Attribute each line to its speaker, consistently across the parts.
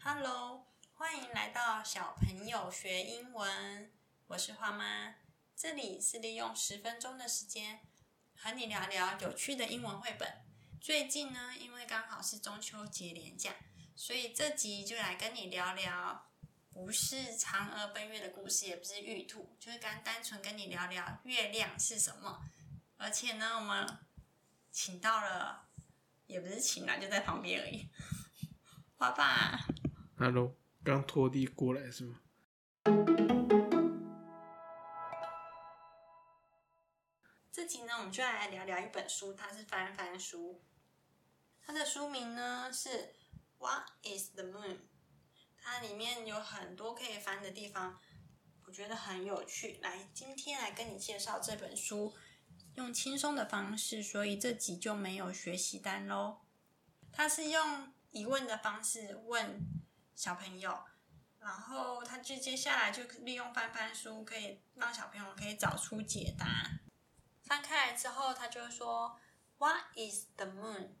Speaker 1: Hello，欢迎来到小朋友学英文，我是花妈，这里是利用十分钟的时间和你聊聊有趣的英文绘本。最近呢，因为刚好是中秋节连假，所以这集就来跟你聊聊，不是嫦娥奔月的故事，也不是玉兔，就是刚单纯跟你聊聊月亮是什么。而且呢，我们请到了，也不是请啦，就在旁边而已。花爸，
Speaker 2: Hello，刚拖地过来是吗？
Speaker 1: 这集呢，我们就来聊聊一本书，它是翻翻书，它的书名呢是《What Is the Moon》，它里面有很多可以翻的地方，我觉得很有趣。来，今天来跟你介绍这本书，用轻松的方式，所以这集就没有学习单喽。它是用疑问的方式问小朋友，然后他就接下来就利用翻翻书，可以让小朋友可以找出解答。翻开来之后，他就会说：“What is the moon？”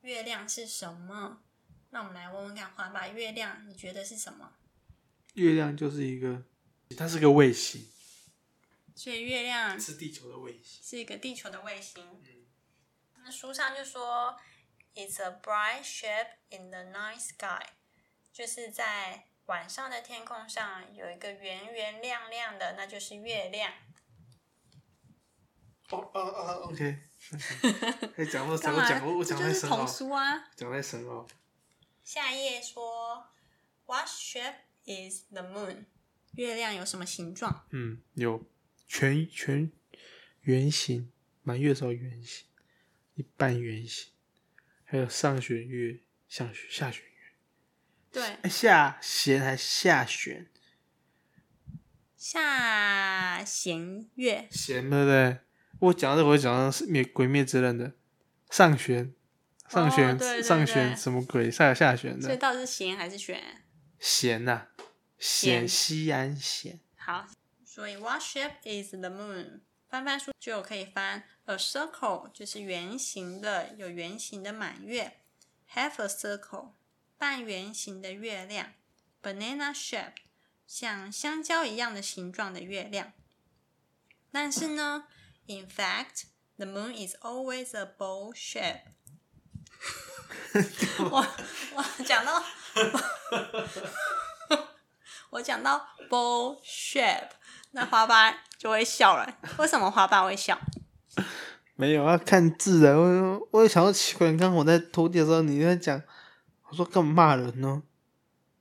Speaker 1: 月亮是什么？那我们来问问看，花爸，月亮你觉得是什么？
Speaker 2: 月亮就是一个，它是个卫星，
Speaker 1: 所以月亮
Speaker 2: 是地球的卫星。
Speaker 1: 是一个地球的卫星。那书上就说，It's a bright shape in the night sky，就是在晚上的天空上有一个圆圆亮亮的，那就是月亮。
Speaker 2: 哦哦哦，OK。哎，讲到
Speaker 1: 干
Speaker 2: 讲我
Speaker 1: 嘛？
Speaker 2: 讲我我
Speaker 1: 这
Speaker 2: 讲
Speaker 1: 就
Speaker 2: 太
Speaker 1: 是
Speaker 2: 深奥
Speaker 1: 童
Speaker 2: 了，
Speaker 1: 书啊。
Speaker 2: 讲太深奥。
Speaker 1: 下一页说，What shape is the moon？月亮有什么形状？
Speaker 2: 嗯，有全全圆形，满月的时候圆形，一半圆形，还有上弦月、上弦下弦月，
Speaker 1: 对，
Speaker 2: 哎下弦还下弦
Speaker 1: 下弦月。
Speaker 2: 弦对不对？我讲到这个我就讲到是灭《鬼灭之刃》的上弦，上弦、
Speaker 1: 哦对对
Speaker 2: 上
Speaker 1: 对
Speaker 2: 弦什么鬼？下下弦
Speaker 1: 所以
Speaker 2: 的
Speaker 1: 到底是弦还是弦？
Speaker 2: 弦呐、
Speaker 1: 弦
Speaker 2: 弦西安弦
Speaker 1: 好，所以 What shape is the moon？翻翻书就可以翻 a circle，就是圆形的，有圆形的满月；half a circle，半圆形的月亮；banana shape，像香蕉一样的形状的月亮。但是呢，in fact。The moon is always a bowl shape 我。我我讲到我讲到 bowl shape，那花爸就会笑了。为什么花爸会笑？
Speaker 2: 没有要看字的，我我也想到奇怪，刚刚我在拖地的时候你在讲，我说干嘛骂人呢？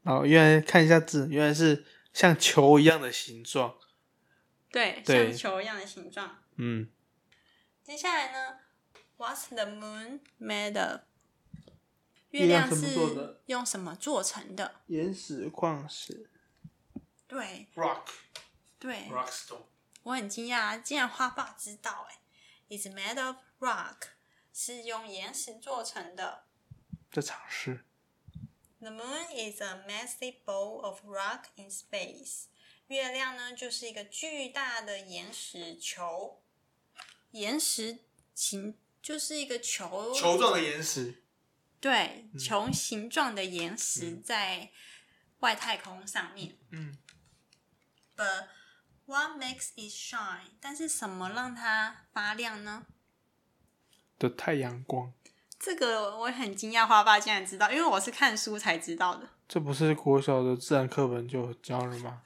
Speaker 2: 然后原来看一下字，原来是像球一样的形状，
Speaker 1: 对，
Speaker 2: 对
Speaker 1: 像球一样的形状。
Speaker 2: 嗯，
Speaker 1: 接下来呢？What's the moon made of？月
Speaker 2: 月亮
Speaker 1: 亮
Speaker 2: 怎么
Speaker 1: 是
Speaker 2: 做的
Speaker 1: 用什么做成的？
Speaker 2: 岩石矿石
Speaker 1: 对
Speaker 2: rock
Speaker 1: 对，
Speaker 2: rock stone，
Speaker 1: 我很惊讶，竟然花爸知道哎、It's made of rock，是用岩石做成的。
Speaker 2: 这尝试
Speaker 1: The moon is a massive ball of rock in space。月亮呢，就是一个巨大的岩石球，岩石形就是一个球，
Speaker 2: 球状的岩石，
Speaker 1: 对球形状的岩石在外太空上面。
Speaker 2: 嗯，
Speaker 1: But what makes it shine？但是什么让它发亮呢？
Speaker 2: 的太阳光。
Speaker 1: 这个我很惊讶，花爸竟然知道，因为我是看书才知道的。
Speaker 2: 这不是国小的自然课本就教了吗？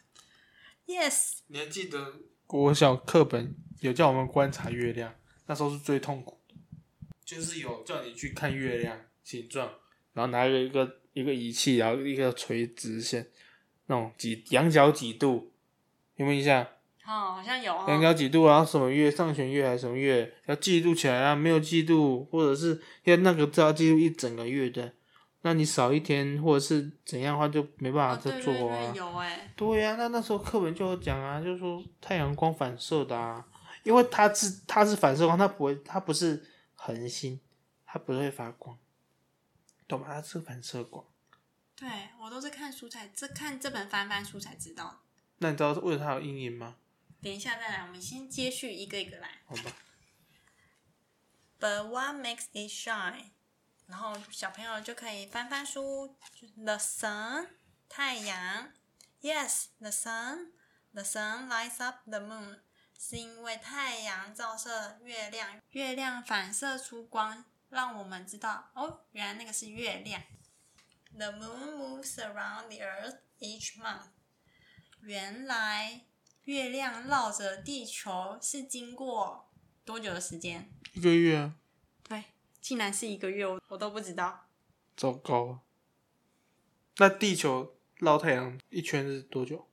Speaker 1: Yes，
Speaker 2: 你还记得国小课本有叫我们观察月亮，那时候是最痛苦的，就是有叫你去看月亮形状，然后拿一个一个仪器，然后一个垂直线，那种几仰角几度，有没有印象？
Speaker 1: 哦，好像有哦。
Speaker 2: 仰角几度，然后什么月上弦月还是什么月，要记录起来啊，没有记录，或者是要那个字要记录一整个月的，那你少一天或者是怎样的话就没办
Speaker 1: 哦，
Speaker 2: 法再
Speaker 1: 对
Speaker 2: 做
Speaker 1: 对
Speaker 2: 啊。
Speaker 1: 对，有哎、
Speaker 2: 对呀、那那时候课本就有讲啊，就是说太阳光反射的啊，因为它是它是反射光，它不会它不是恒星，它不会发光，懂吗？它是反射光。
Speaker 1: 对我都是看书才这看这本翻翻书才知道。
Speaker 2: 那你知道为什么它有阴影吗？
Speaker 1: 等一下再来，我们先接续一个一个来。
Speaker 2: 好吧，
Speaker 1: But what makes it shine？然后小朋友就可以翻翻书就是，The sun，太阳，Yes，the sun，the sun lights up the moon，是因为太阳照射月亮，月亮反射出光，让我们知道哦，原来那个是月亮。The moon moves around the earth each month，原来月亮绕着地球是经过多久的时间？
Speaker 2: 一个月啊。
Speaker 1: 对，竟然是一个月，我我都不知道。
Speaker 2: 糟糕啊！那地球绕太阳一圈是多久？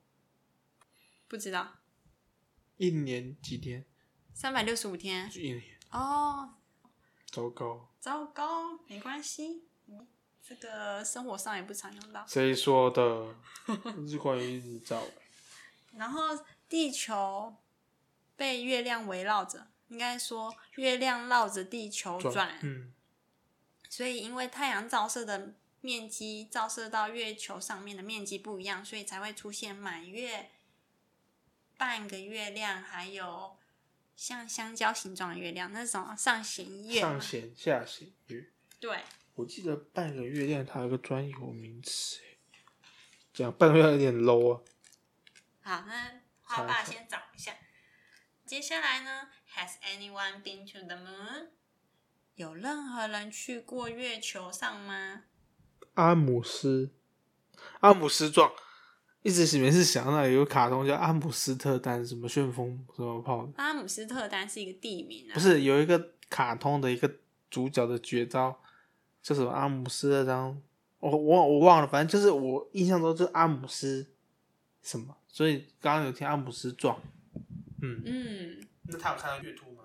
Speaker 1: 不知道。
Speaker 2: 一年几天？
Speaker 1: 三百六十五天。
Speaker 2: 一年。
Speaker 1: 哦。
Speaker 2: 糟糕。
Speaker 1: 糟糕，没关系。嗯这个生活上也不常用到。
Speaker 2: 谁啊说的？是关于日照。
Speaker 1: 然后地球被月亮围绕着。应该说，月亮绕着地球转，
Speaker 2: 嗯，
Speaker 1: 所以因为太阳照射的面积照射到月球上面的面积不一样，所以才会出现满月、半个月亮，还有像香蕉形状的月亮那种上弦月。
Speaker 2: 上弦、下弦月。
Speaker 1: 对，
Speaker 2: 我记得半个月亮它有个专有名词，讲半个月亮有点 low 啊。
Speaker 1: 好，那花爸先找一下。接下来呢？Has anyone been to the moon？有任何人去过月球上吗？
Speaker 2: 阿姆斯，阿姆斯壮，一直里面是想到有个卡通叫阿姆斯特丹，什么旋风什么炮的。
Speaker 1: 阿姆斯特丹是一个地名啊。
Speaker 2: 不是有一个卡通的一个主角的绝招叫什么阿姆斯特丹？我我我忘了，反正就是我印象中就是阿姆斯什么，所以刚刚有听阿姆斯壮。嗯
Speaker 1: 嗯，
Speaker 2: 那他有看到月兔吗？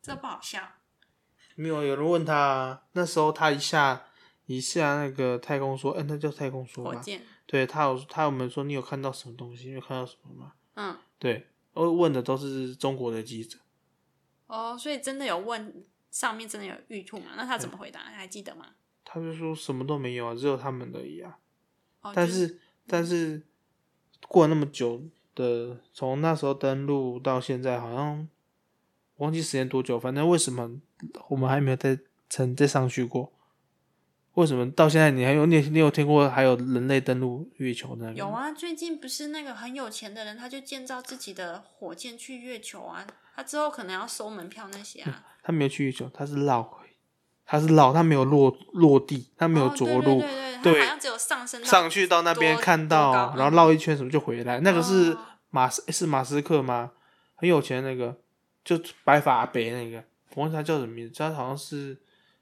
Speaker 1: 这不好笑。
Speaker 2: 没有，有人问他，那时候他一下一下那个太空梭，哎、欸，那叫太空梭
Speaker 1: 火
Speaker 2: 吧？
Speaker 1: 箭。
Speaker 2: 对他有他有没有说你有看到什么东西？你有看到什么吗？
Speaker 1: 嗯，
Speaker 2: 对，我问的都是中国的记者。
Speaker 1: 哦，所以真的有问上面真的有玉兔吗？那
Speaker 2: 嗯
Speaker 1: 他怎么回答？还记得吗？
Speaker 2: 他就说什么都没有啊，只有他们而已啊。
Speaker 1: 哦、
Speaker 2: 但
Speaker 1: 就是
Speaker 2: 但是过了那么久。的从那时候登录到现在，好像忘记时间多久，反正为什么我们还没有再曾再上去过？为什么到现在你还有你你有听过还有人类登陆月球的那个？
Speaker 1: 有，啊，最近不是那个很有钱的人，他就建造自己的火箭去月球啊，他之后可能要收门票那些啊。
Speaker 2: 他没有去月球，他是绕回，他是绕，他没有落落地，他嗯没有
Speaker 1: 哦
Speaker 2: 着
Speaker 1: 对
Speaker 2: 陆，
Speaker 1: 对对对，
Speaker 2: 对
Speaker 1: 他好像只有上升到
Speaker 2: 上去到那边
Speaker 1: 多
Speaker 2: 看
Speaker 1: 多高嗯
Speaker 2: 到，然后绕一圈什么就回来。那个是
Speaker 1: 哦
Speaker 2: 马斯、是马斯克吗？很有钱那个，就白发阿北那个，我忘记他叫什么名字，他好像是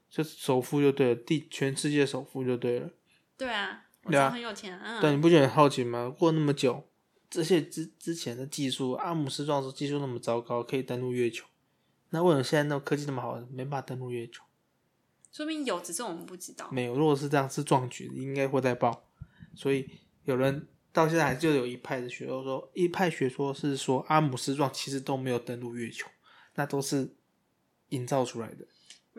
Speaker 2: 就首富就对了，地全世界首富就对了。
Speaker 1: 对啊，我知
Speaker 2: 对啊
Speaker 1: 道很有钱，嗯，
Speaker 2: 但你不觉得很好奇吗？过那么久，这些之之前的技术，阿姆斯壮说技术那么糟糕，可以登陆月球，那为什么现在那种科技那么好，没办法登陆月球？
Speaker 1: 说不定有，只是我们不知道。
Speaker 2: 没有，如果是这样是壮举，应该会再爆。所以有人到现在还就有一派的学说说，一派学说是说阿姆斯壮其实都没有登陆月球，那都是营造出来的。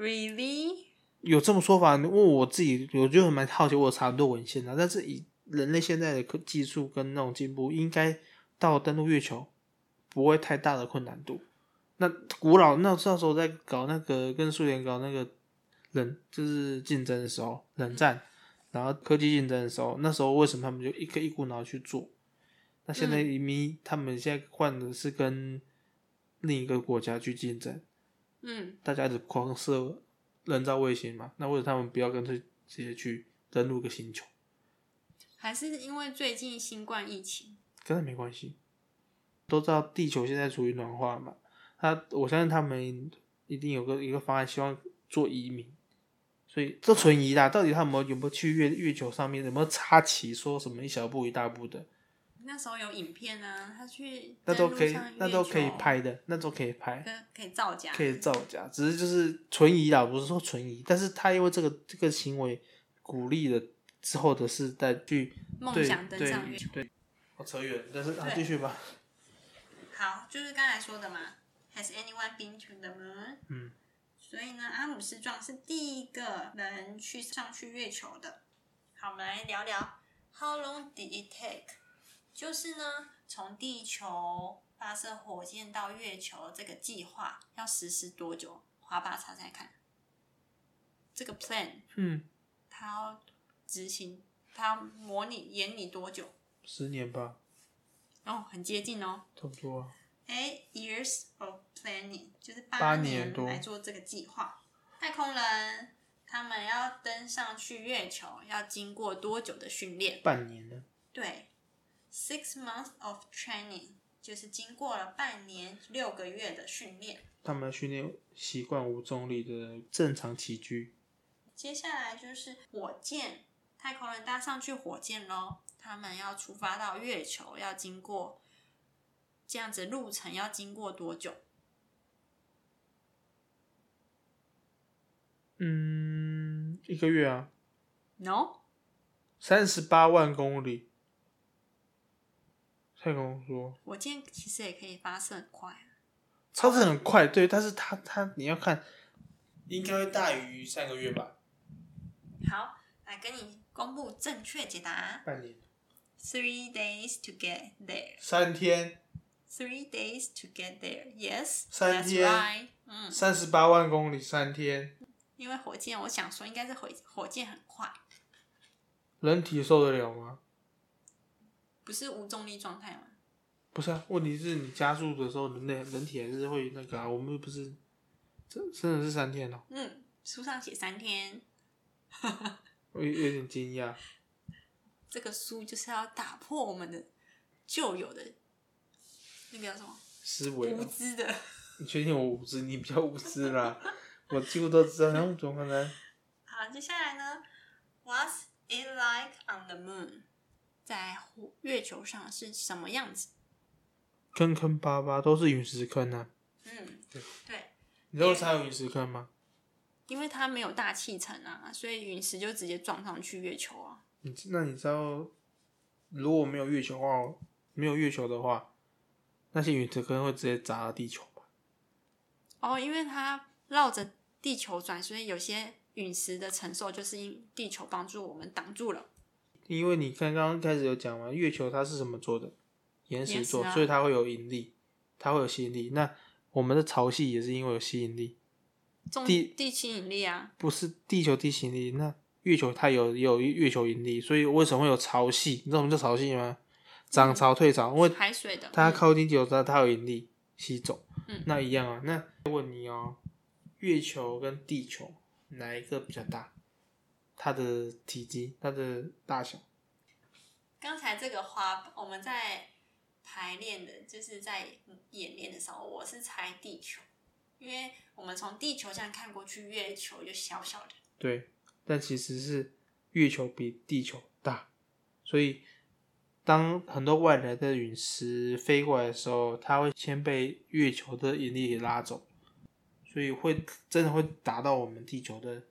Speaker 1: Really？
Speaker 2: 有这么说法？因为我自己我就很蛮好奇，我有查很多文献啊，但是以人类现在的科技术跟那种进步，应该到登陆月球不会太大的困难度。那古老那那时候在搞那个跟苏联搞那个冷就是竞争的时候，冷战，然后科技竞争的时候，那时候为什么他们就一个一股脑去做？那现在移民他们现在换的是跟另一个国家去竞争，
Speaker 1: 嗯，
Speaker 2: 大家一直狂射人造卫星嘛，那为什么他们不要干脆直接去登陆个星球？
Speaker 1: 还是因为最近新冠疫情，
Speaker 2: 跟那没关系。都知道地球现在处于暖化嘛，他我相信他们一定有个一个方案，希望做移民，所以这存疑啦，到底他们有没有有没有去月月球上面有没有插旗，说什么一小步一大步的，
Speaker 1: 那时候有影片啊，他去
Speaker 2: 那都
Speaker 1: 在路
Speaker 2: 可以
Speaker 1: 上，
Speaker 2: 那
Speaker 1: 月
Speaker 2: 都可以
Speaker 1: 球，
Speaker 2: 拍的，那都可以拍。
Speaker 1: 可可以造假，
Speaker 2: 可以造假，只是就是存疑啦，不是说存疑，但是他因为这个这个行为鼓励了之后的世代去
Speaker 1: 梦
Speaker 2: 对
Speaker 1: 想登上月
Speaker 2: 对
Speaker 1: 球。
Speaker 2: 对，我扯远了，但是啊
Speaker 1: 对
Speaker 2: 继续吧，
Speaker 1: 好，就是刚才说的嘛。Has anyone been to the moon？
Speaker 2: 嗯，
Speaker 1: 所以呢，阿姆斯壮是第一个人去上去月球的。好，我们来聊聊 How long did it take？就是呢，从地球发射火箭到月球这个计划要实施多久？华爸查查看。这个 plan，
Speaker 2: 嗯，
Speaker 1: 他要执行，他要模拟演你多久？
Speaker 2: 十年吧，
Speaker 1: 哦，很接近哦。
Speaker 2: 差不多啊。
Speaker 1: 哎，years of planning 就是
Speaker 2: 八
Speaker 1: 八
Speaker 2: 年多
Speaker 1: 来做这个计划。太空人他们要登上去月球，要经过多久的训练？
Speaker 2: 半年了，
Speaker 1: 对，six months of training 就是经过了半年六个月的训练。
Speaker 2: 他们训练习惯无重力的正常起居，
Speaker 1: 接下来就是火箭，太空人搭上去火箭喽，他们要出发到月球，要经过这样子路程要经过多久？
Speaker 2: 嗯，一个月啊，
Speaker 1: no?
Speaker 2: 三十八万公里。太空说，
Speaker 1: 火箭其实也可以发射很快啊、
Speaker 2: 超是很快，对，但是它它你要看，应该会大于三个月吧，
Speaker 1: 好，来跟你公布正确解答。
Speaker 2: 半年，
Speaker 1: Three days to get there.
Speaker 2: 三天，
Speaker 1: Three days to get there. Yes,
Speaker 2: 三
Speaker 1: that's
Speaker 2: 天
Speaker 1: right. 嗯，
Speaker 2: 三十八万公里，三天，
Speaker 1: 因为火箭，我想说应该是火火箭很快，
Speaker 2: 人体受得了吗？
Speaker 1: 不是无重力状态吗？
Speaker 2: 不是啊，问题是你加速的时候，人类人体还是会那个啊，我们又不是，真真的是三天哦，
Speaker 1: 嗯，书上写三天，
Speaker 2: 我有有点惊讶，
Speaker 1: 这个书就是要打破我们的旧有的那个叫什么
Speaker 2: 思维、
Speaker 1: 无
Speaker 2: 啊，
Speaker 1: 知的。
Speaker 2: 你确定我无知？你比较无知啦，我几乎都知道，然后怎么可能？
Speaker 1: 好，接下来呢？What's it like on the moon？在火月球上是什么样子？
Speaker 2: 坑坑巴巴都是陨石坑啊，
Speaker 1: 嗯，
Speaker 2: 对
Speaker 1: 对，
Speaker 2: 你知道它有陨石坑吗？
Speaker 1: 因为它没有大气层啊，所以陨石就直接撞上去月球啊。
Speaker 2: 你那你知道，如果没有月球的话，没有月球的话，那些陨石坑会直接砸到地球吧？
Speaker 1: 哦，因为它绕着地球转，所以有些陨石的承受就是因地球帮助我们挡住了。
Speaker 2: 因为你看刚刚开始有讲嘛，月球它是什么做的？岩石做，
Speaker 1: 岩石啊
Speaker 2: 所以它会有引力，它会有吸引力。那我们的潮汐也是因为有吸引力，
Speaker 1: 重
Speaker 2: 地
Speaker 1: 地心引力啊，
Speaker 2: 不是地球地吸引力。那月球它有也有月球引力，所以为什么会有潮汐？你知道什么叫潮汐吗？涨潮退潮，因为
Speaker 1: 海水的。
Speaker 2: 它
Speaker 1: 嗯
Speaker 2: 靠近地球，它它有引力吸走。
Speaker 1: 嗯
Speaker 2: 那一样啊。那问你哦，月球跟地球哪一个比较大？它的体积，它的大小，
Speaker 1: 刚才这个花，我们在排练的，就是在演练的时候，我是猜地球，因为我们从地球这样看过去，月球就小小的。
Speaker 2: 对，但其实是月球比地球大，所以当很多外来的陨石飞过来的时候，它会先被月球的引力给拉走，所以会真的会打到我们地球的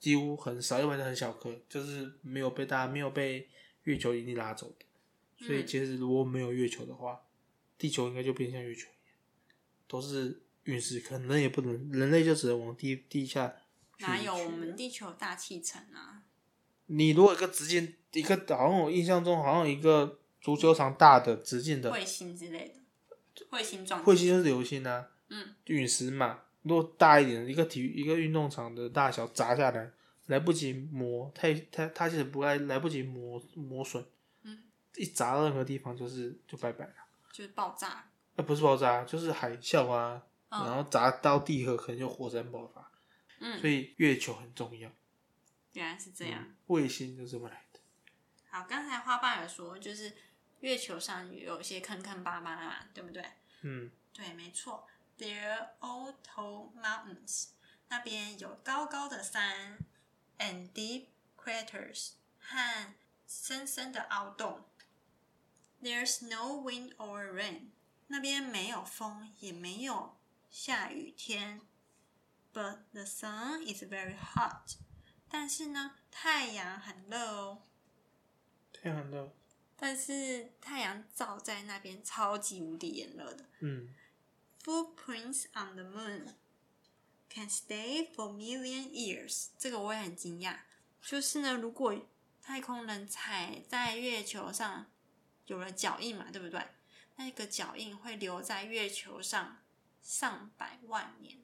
Speaker 2: 几乎很少，要不然就很小颗，就是没有被大没有被月球引力拉走的。所以
Speaker 1: 嗯
Speaker 2: 其实如果没有月球的话，地球应该就变像月球一样，都是陨石坑，人也不能，人类就只能往地地下去。
Speaker 1: 哪有
Speaker 2: 去
Speaker 1: 我们地球有大气层啊？
Speaker 2: 你如果一个直径，一个好像我印象中好像一个足球场大的直径的
Speaker 1: 彗星之类的，彗星撞击
Speaker 2: 彗星就是流星啊，
Speaker 1: 嗯，
Speaker 2: 陨石嘛。如果大一点，一个体育一个运动场的大小砸下来，来不及磨，它它它其实不来来不及磨磨损，
Speaker 1: 嗯，
Speaker 2: 一砸到任何地方就是就拜拜了。
Speaker 1: 就是爆炸。
Speaker 2: 那、不是爆炸，就是海啸啊，
Speaker 1: 嗯
Speaker 2: 然后砸到地核可能就火山爆发，所
Speaker 1: 嗯，
Speaker 2: 以月球很重要。
Speaker 1: 原来是这样。
Speaker 2: 嗯卫星就是这么来的。嗯
Speaker 1: 好，刚才花爸有说，就是月球上有一些坑坑巴巴嘛，对不对？
Speaker 2: 嗯，
Speaker 1: 对，没错，There are tall mountains，那边有高高的山，and deep craters 和深深的凹洞。There's no wind or rain，那边没有风，也没有下雨天。But the sun is very hot，但是呢，太阳很热哦。
Speaker 2: 太阳的，
Speaker 1: 但是太阳照在那边，超级无敌炎热的。
Speaker 2: 嗯，
Speaker 1: Footprints on the moon can stay for million years。这个我也很惊讶。就是呢，如果太空人踩在月球上有了脚印嘛，对不对？那个脚印会留在月球上上百万年，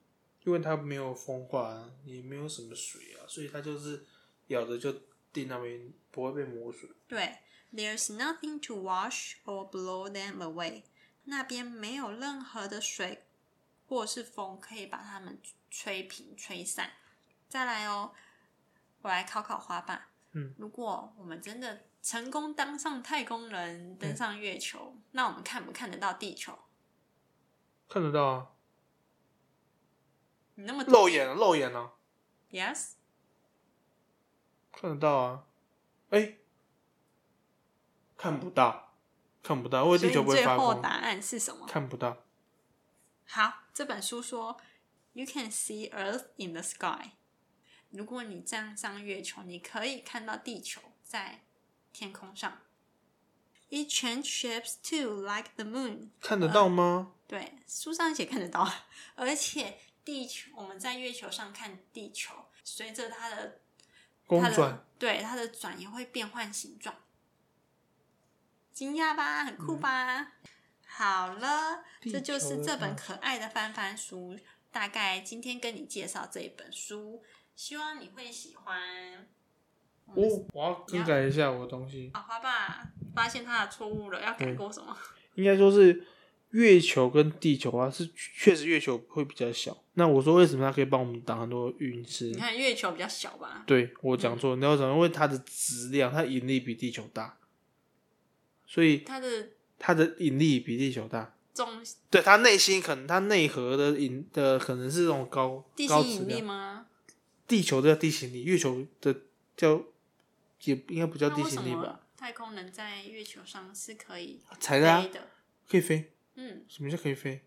Speaker 2: 因为它没有风化、啊，也没有什么水啊，所以它就是咬着就定那边，不会被磨损。
Speaker 1: 对，There's nothing to wash or blow them away。那边没有任何的水或是风可以把它们吹平、吹散。再来哦，我来考考花爸。
Speaker 2: 嗯，
Speaker 1: 如果我们真的成功当上太空人，
Speaker 2: 嗯
Speaker 1: 登上月球，那我们看不看得到地球？
Speaker 2: 看得到啊，
Speaker 1: 你那么
Speaker 2: 肉眼啊，肉眼啊，
Speaker 1: Yes，
Speaker 2: 看得到啊。哎、看不到，看不到，因为
Speaker 1: 所
Speaker 2: 地
Speaker 1: 以
Speaker 2: 球不会
Speaker 1: 最
Speaker 2: 发
Speaker 1: 后
Speaker 2: 光，
Speaker 1: 答案是什么？
Speaker 2: 看不到。
Speaker 1: 好，这本书说，You can see Earth in the sky。如果你站上月球，你可以看到地球在天空上。It changed shapes too, like the moon。
Speaker 2: 看得到吗？
Speaker 1: 对，书上写看得到，而且地球我们在月球上看地球，随着它的
Speaker 2: 公
Speaker 1: 它
Speaker 2: 转哦
Speaker 1: 的对它的转也会变换形状，惊讶吧，很酷吧？好了，
Speaker 2: 嗯地
Speaker 1: 这就是
Speaker 2: 球
Speaker 1: 这本
Speaker 2: 上
Speaker 1: 可爱的翻翻书，大概今天跟你介绍这一本书，希望你会喜欢。
Speaker 2: 哦，
Speaker 1: 嗯
Speaker 2: 我要更改一下我的东西，
Speaker 1: 啊，花爸发现他的错误了，要改
Speaker 2: 嗯
Speaker 1: 过什么？
Speaker 2: 应该说是月球跟地球啊，是确实月球会比较小。那我说为什么它可以帮我们挡很多陨石
Speaker 1: 你？看月球比较小吧？
Speaker 2: 对我讲错，你要讲，因为它的质量，它引力比地球大，所以
Speaker 1: 它的
Speaker 2: 它的引力比地球大。
Speaker 1: 重
Speaker 2: 对它内心可能它内核的引的可能是那种高
Speaker 1: 地
Speaker 2: 高
Speaker 1: 心
Speaker 2: 质
Speaker 1: 引力
Speaker 2: 量，
Speaker 1: 吗？
Speaker 2: 地球的叫地心力，月球的叫也应该不叫
Speaker 1: 那
Speaker 2: 地
Speaker 1: 为
Speaker 2: 心
Speaker 1: 什
Speaker 2: 力
Speaker 1: 么
Speaker 2: 吧？
Speaker 1: 太空人在月球上是可以
Speaker 2: 踩
Speaker 1: 飞
Speaker 2: 的啊，
Speaker 1: 的，
Speaker 2: 可以飞，
Speaker 1: 嗯，
Speaker 2: 什么叫可以飞？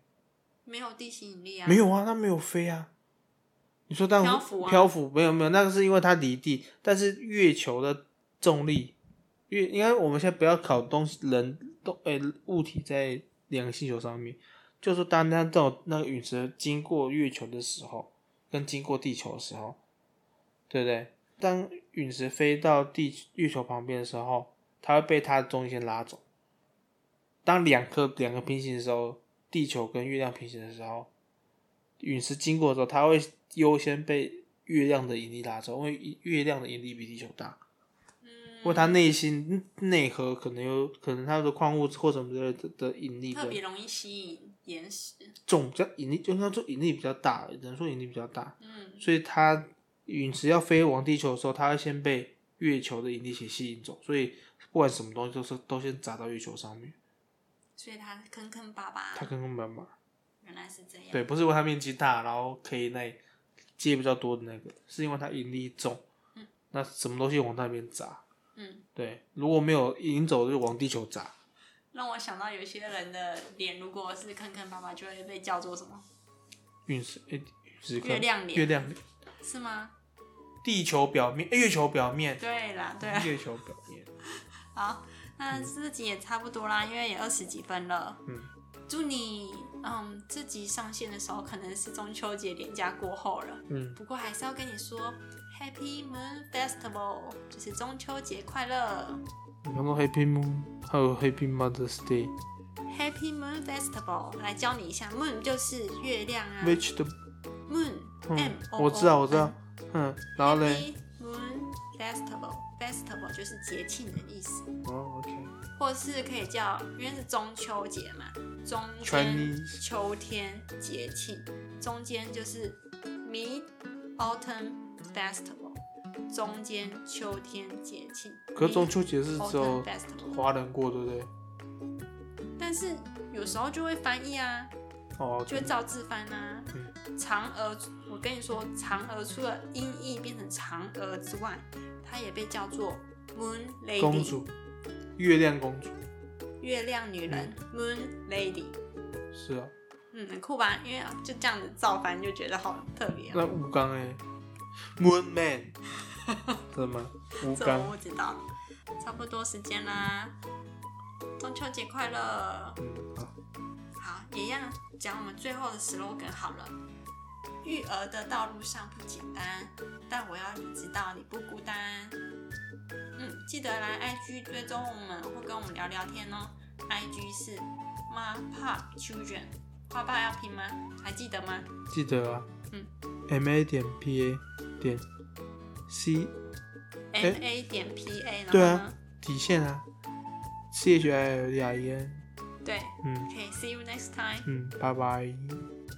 Speaker 1: 没有地心引力啊，
Speaker 2: 没有啊，它没有飞啊。你说当
Speaker 1: 漂浮啊
Speaker 2: 漂浮没有没有，那个是因为它离地，但是月球的重力，月应该我们现在不要考东西人动诶、物体在两个星球上面，就是说当它这种那个陨石经过月球的时候，跟经过地球的时候，对不对？当陨石飞到地月球旁边的时候，它会被它的中心拉走。当两颗两个平行的时候，地球跟月亮平行的时候，陨石经过的时候，它会优先被月亮的引力拉走，因为月亮的引力比地球大，
Speaker 1: 嗯，
Speaker 2: 因为它内心嗯内核可能有可能它的矿物质或什么之类的的引力
Speaker 1: 特
Speaker 2: 的
Speaker 1: 别容易吸引岩石，
Speaker 2: 重比较引力，就应该说引力比较大，只能说引力比较大，
Speaker 1: 嗯，
Speaker 2: 所以它陨石要飞往地球的时候，它会先被月球的引力给吸引走，所以不管什么东西都是都先砸到月球上面，
Speaker 1: 所以它坑坑巴巴
Speaker 2: 它，根本没办法。
Speaker 1: 原来是这样，
Speaker 2: 对，，不是因为它面积大，然后可以那接比较多的那个，是因为它引力重，
Speaker 1: 嗯
Speaker 2: 那什么东西往那边砸？
Speaker 1: 嗯，
Speaker 2: 对，如果没有引走，就往地球砸。
Speaker 1: 让我想到有些人的脸如果是坑坑巴巴，就会被叫做什么？
Speaker 2: 陨石，诶，陨石坑
Speaker 1: 月亮脸
Speaker 2: 月亮脸，
Speaker 1: 是吗？
Speaker 2: 地球表面，诶月球表面，
Speaker 1: 对啦，对啦，
Speaker 2: 月球表 面，
Speaker 1: 好，那这集也差不多啦，因为也二十几分了，
Speaker 2: 嗯，
Speaker 1: 祝你，嗯，这集上线的时候可能是中秋节连假过后了。
Speaker 2: 嗯，
Speaker 1: 不过还是要跟你说，Happy Moon Festival，就是中秋节快乐
Speaker 2: 然后 Happy Moon，还有 Happy Mother's
Speaker 1: ，Happy Moon Festival。来教你一下，Moon 就是月亮啊
Speaker 2: Day，Which the，
Speaker 1: ，Moon
Speaker 2: 嗯
Speaker 1: M，O O N
Speaker 2: 我知道，我知道，嗯，然后嘞，
Speaker 1: ，Happy Moon Festival，Festival 就是节庆的意思，
Speaker 2: 哦，OK，
Speaker 1: 或是可以叫，因为是中秋节嘛，中间
Speaker 2: Chinese
Speaker 1: 秋天节庆，中间就是 Mid Autumn Festival，中间秋天节庆。
Speaker 2: 可是中秋节是只
Speaker 1: Autumn
Speaker 2: 有
Speaker 1: Festival，
Speaker 2: 华人过，对不对？
Speaker 1: 但是有时候就会翻译啊，
Speaker 2: 哦
Speaker 1: 就会
Speaker 2: ，OK，
Speaker 1: 照字翻啊。嫦娥，我跟你说，嫦娥除了音译变成嫦娥之外，它也被叫做 Moon
Speaker 2: 公
Speaker 1: Lady，
Speaker 2: 主，月亮公主，
Speaker 1: 月亮女人、Moon
Speaker 2: 嗯
Speaker 1: Lady。
Speaker 2: 是啊，
Speaker 1: 嗯，很酷吧？因为就这样子造反，就觉得好特别、啊。
Speaker 2: 那吴刚诶 m o o n Man，真的吗？吴
Speaker 1: 这
Speaker 2: 刚
Speaker 1: 我。不知道。差不多时间啦，中秋节快乐！
Speaker 2: 嗯，好，
Speaker 1: 好，一样讲我们最后的 slogan 好了。育儿的道路上不简单，但我要你知道你不孤单。嗯，记得来 IG 追踪我们，或跟我们聊聊天哦。IG 是 m a p a Children，花爸要拼吗？还记得吗？
Speaker 2: 记得啊。
Speaker 1: 嗯
Speaker 2: ，m a 点 p a 点 c
Speaker 1: ，m a 点 p a，然后呢
Speaker 2: 对啊，底线啊，c h i l d i e n，
Speaker 1: 对
Speaker 2: 嗯
Speaker 1: ，OK，see you next time。
Speaker 2: 嗯，拜拜。